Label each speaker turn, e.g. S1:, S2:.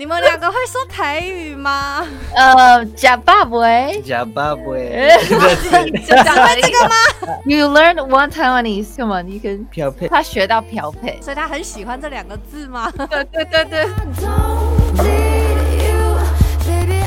S1: 你们两个会说台语 吗？
S2: 呃，Uh, 假爸喂
S3: 假巴不会，
S2: Eh.
S1: 讲会这个吗？
S2: ，You learn one Taiwanese. Come on, you can.
S3: 漂配
S2: 他学到漂配。
S1: 所以他很喜欢这两个字吗？
S2: 对对对对。
S4: don't need you, baby.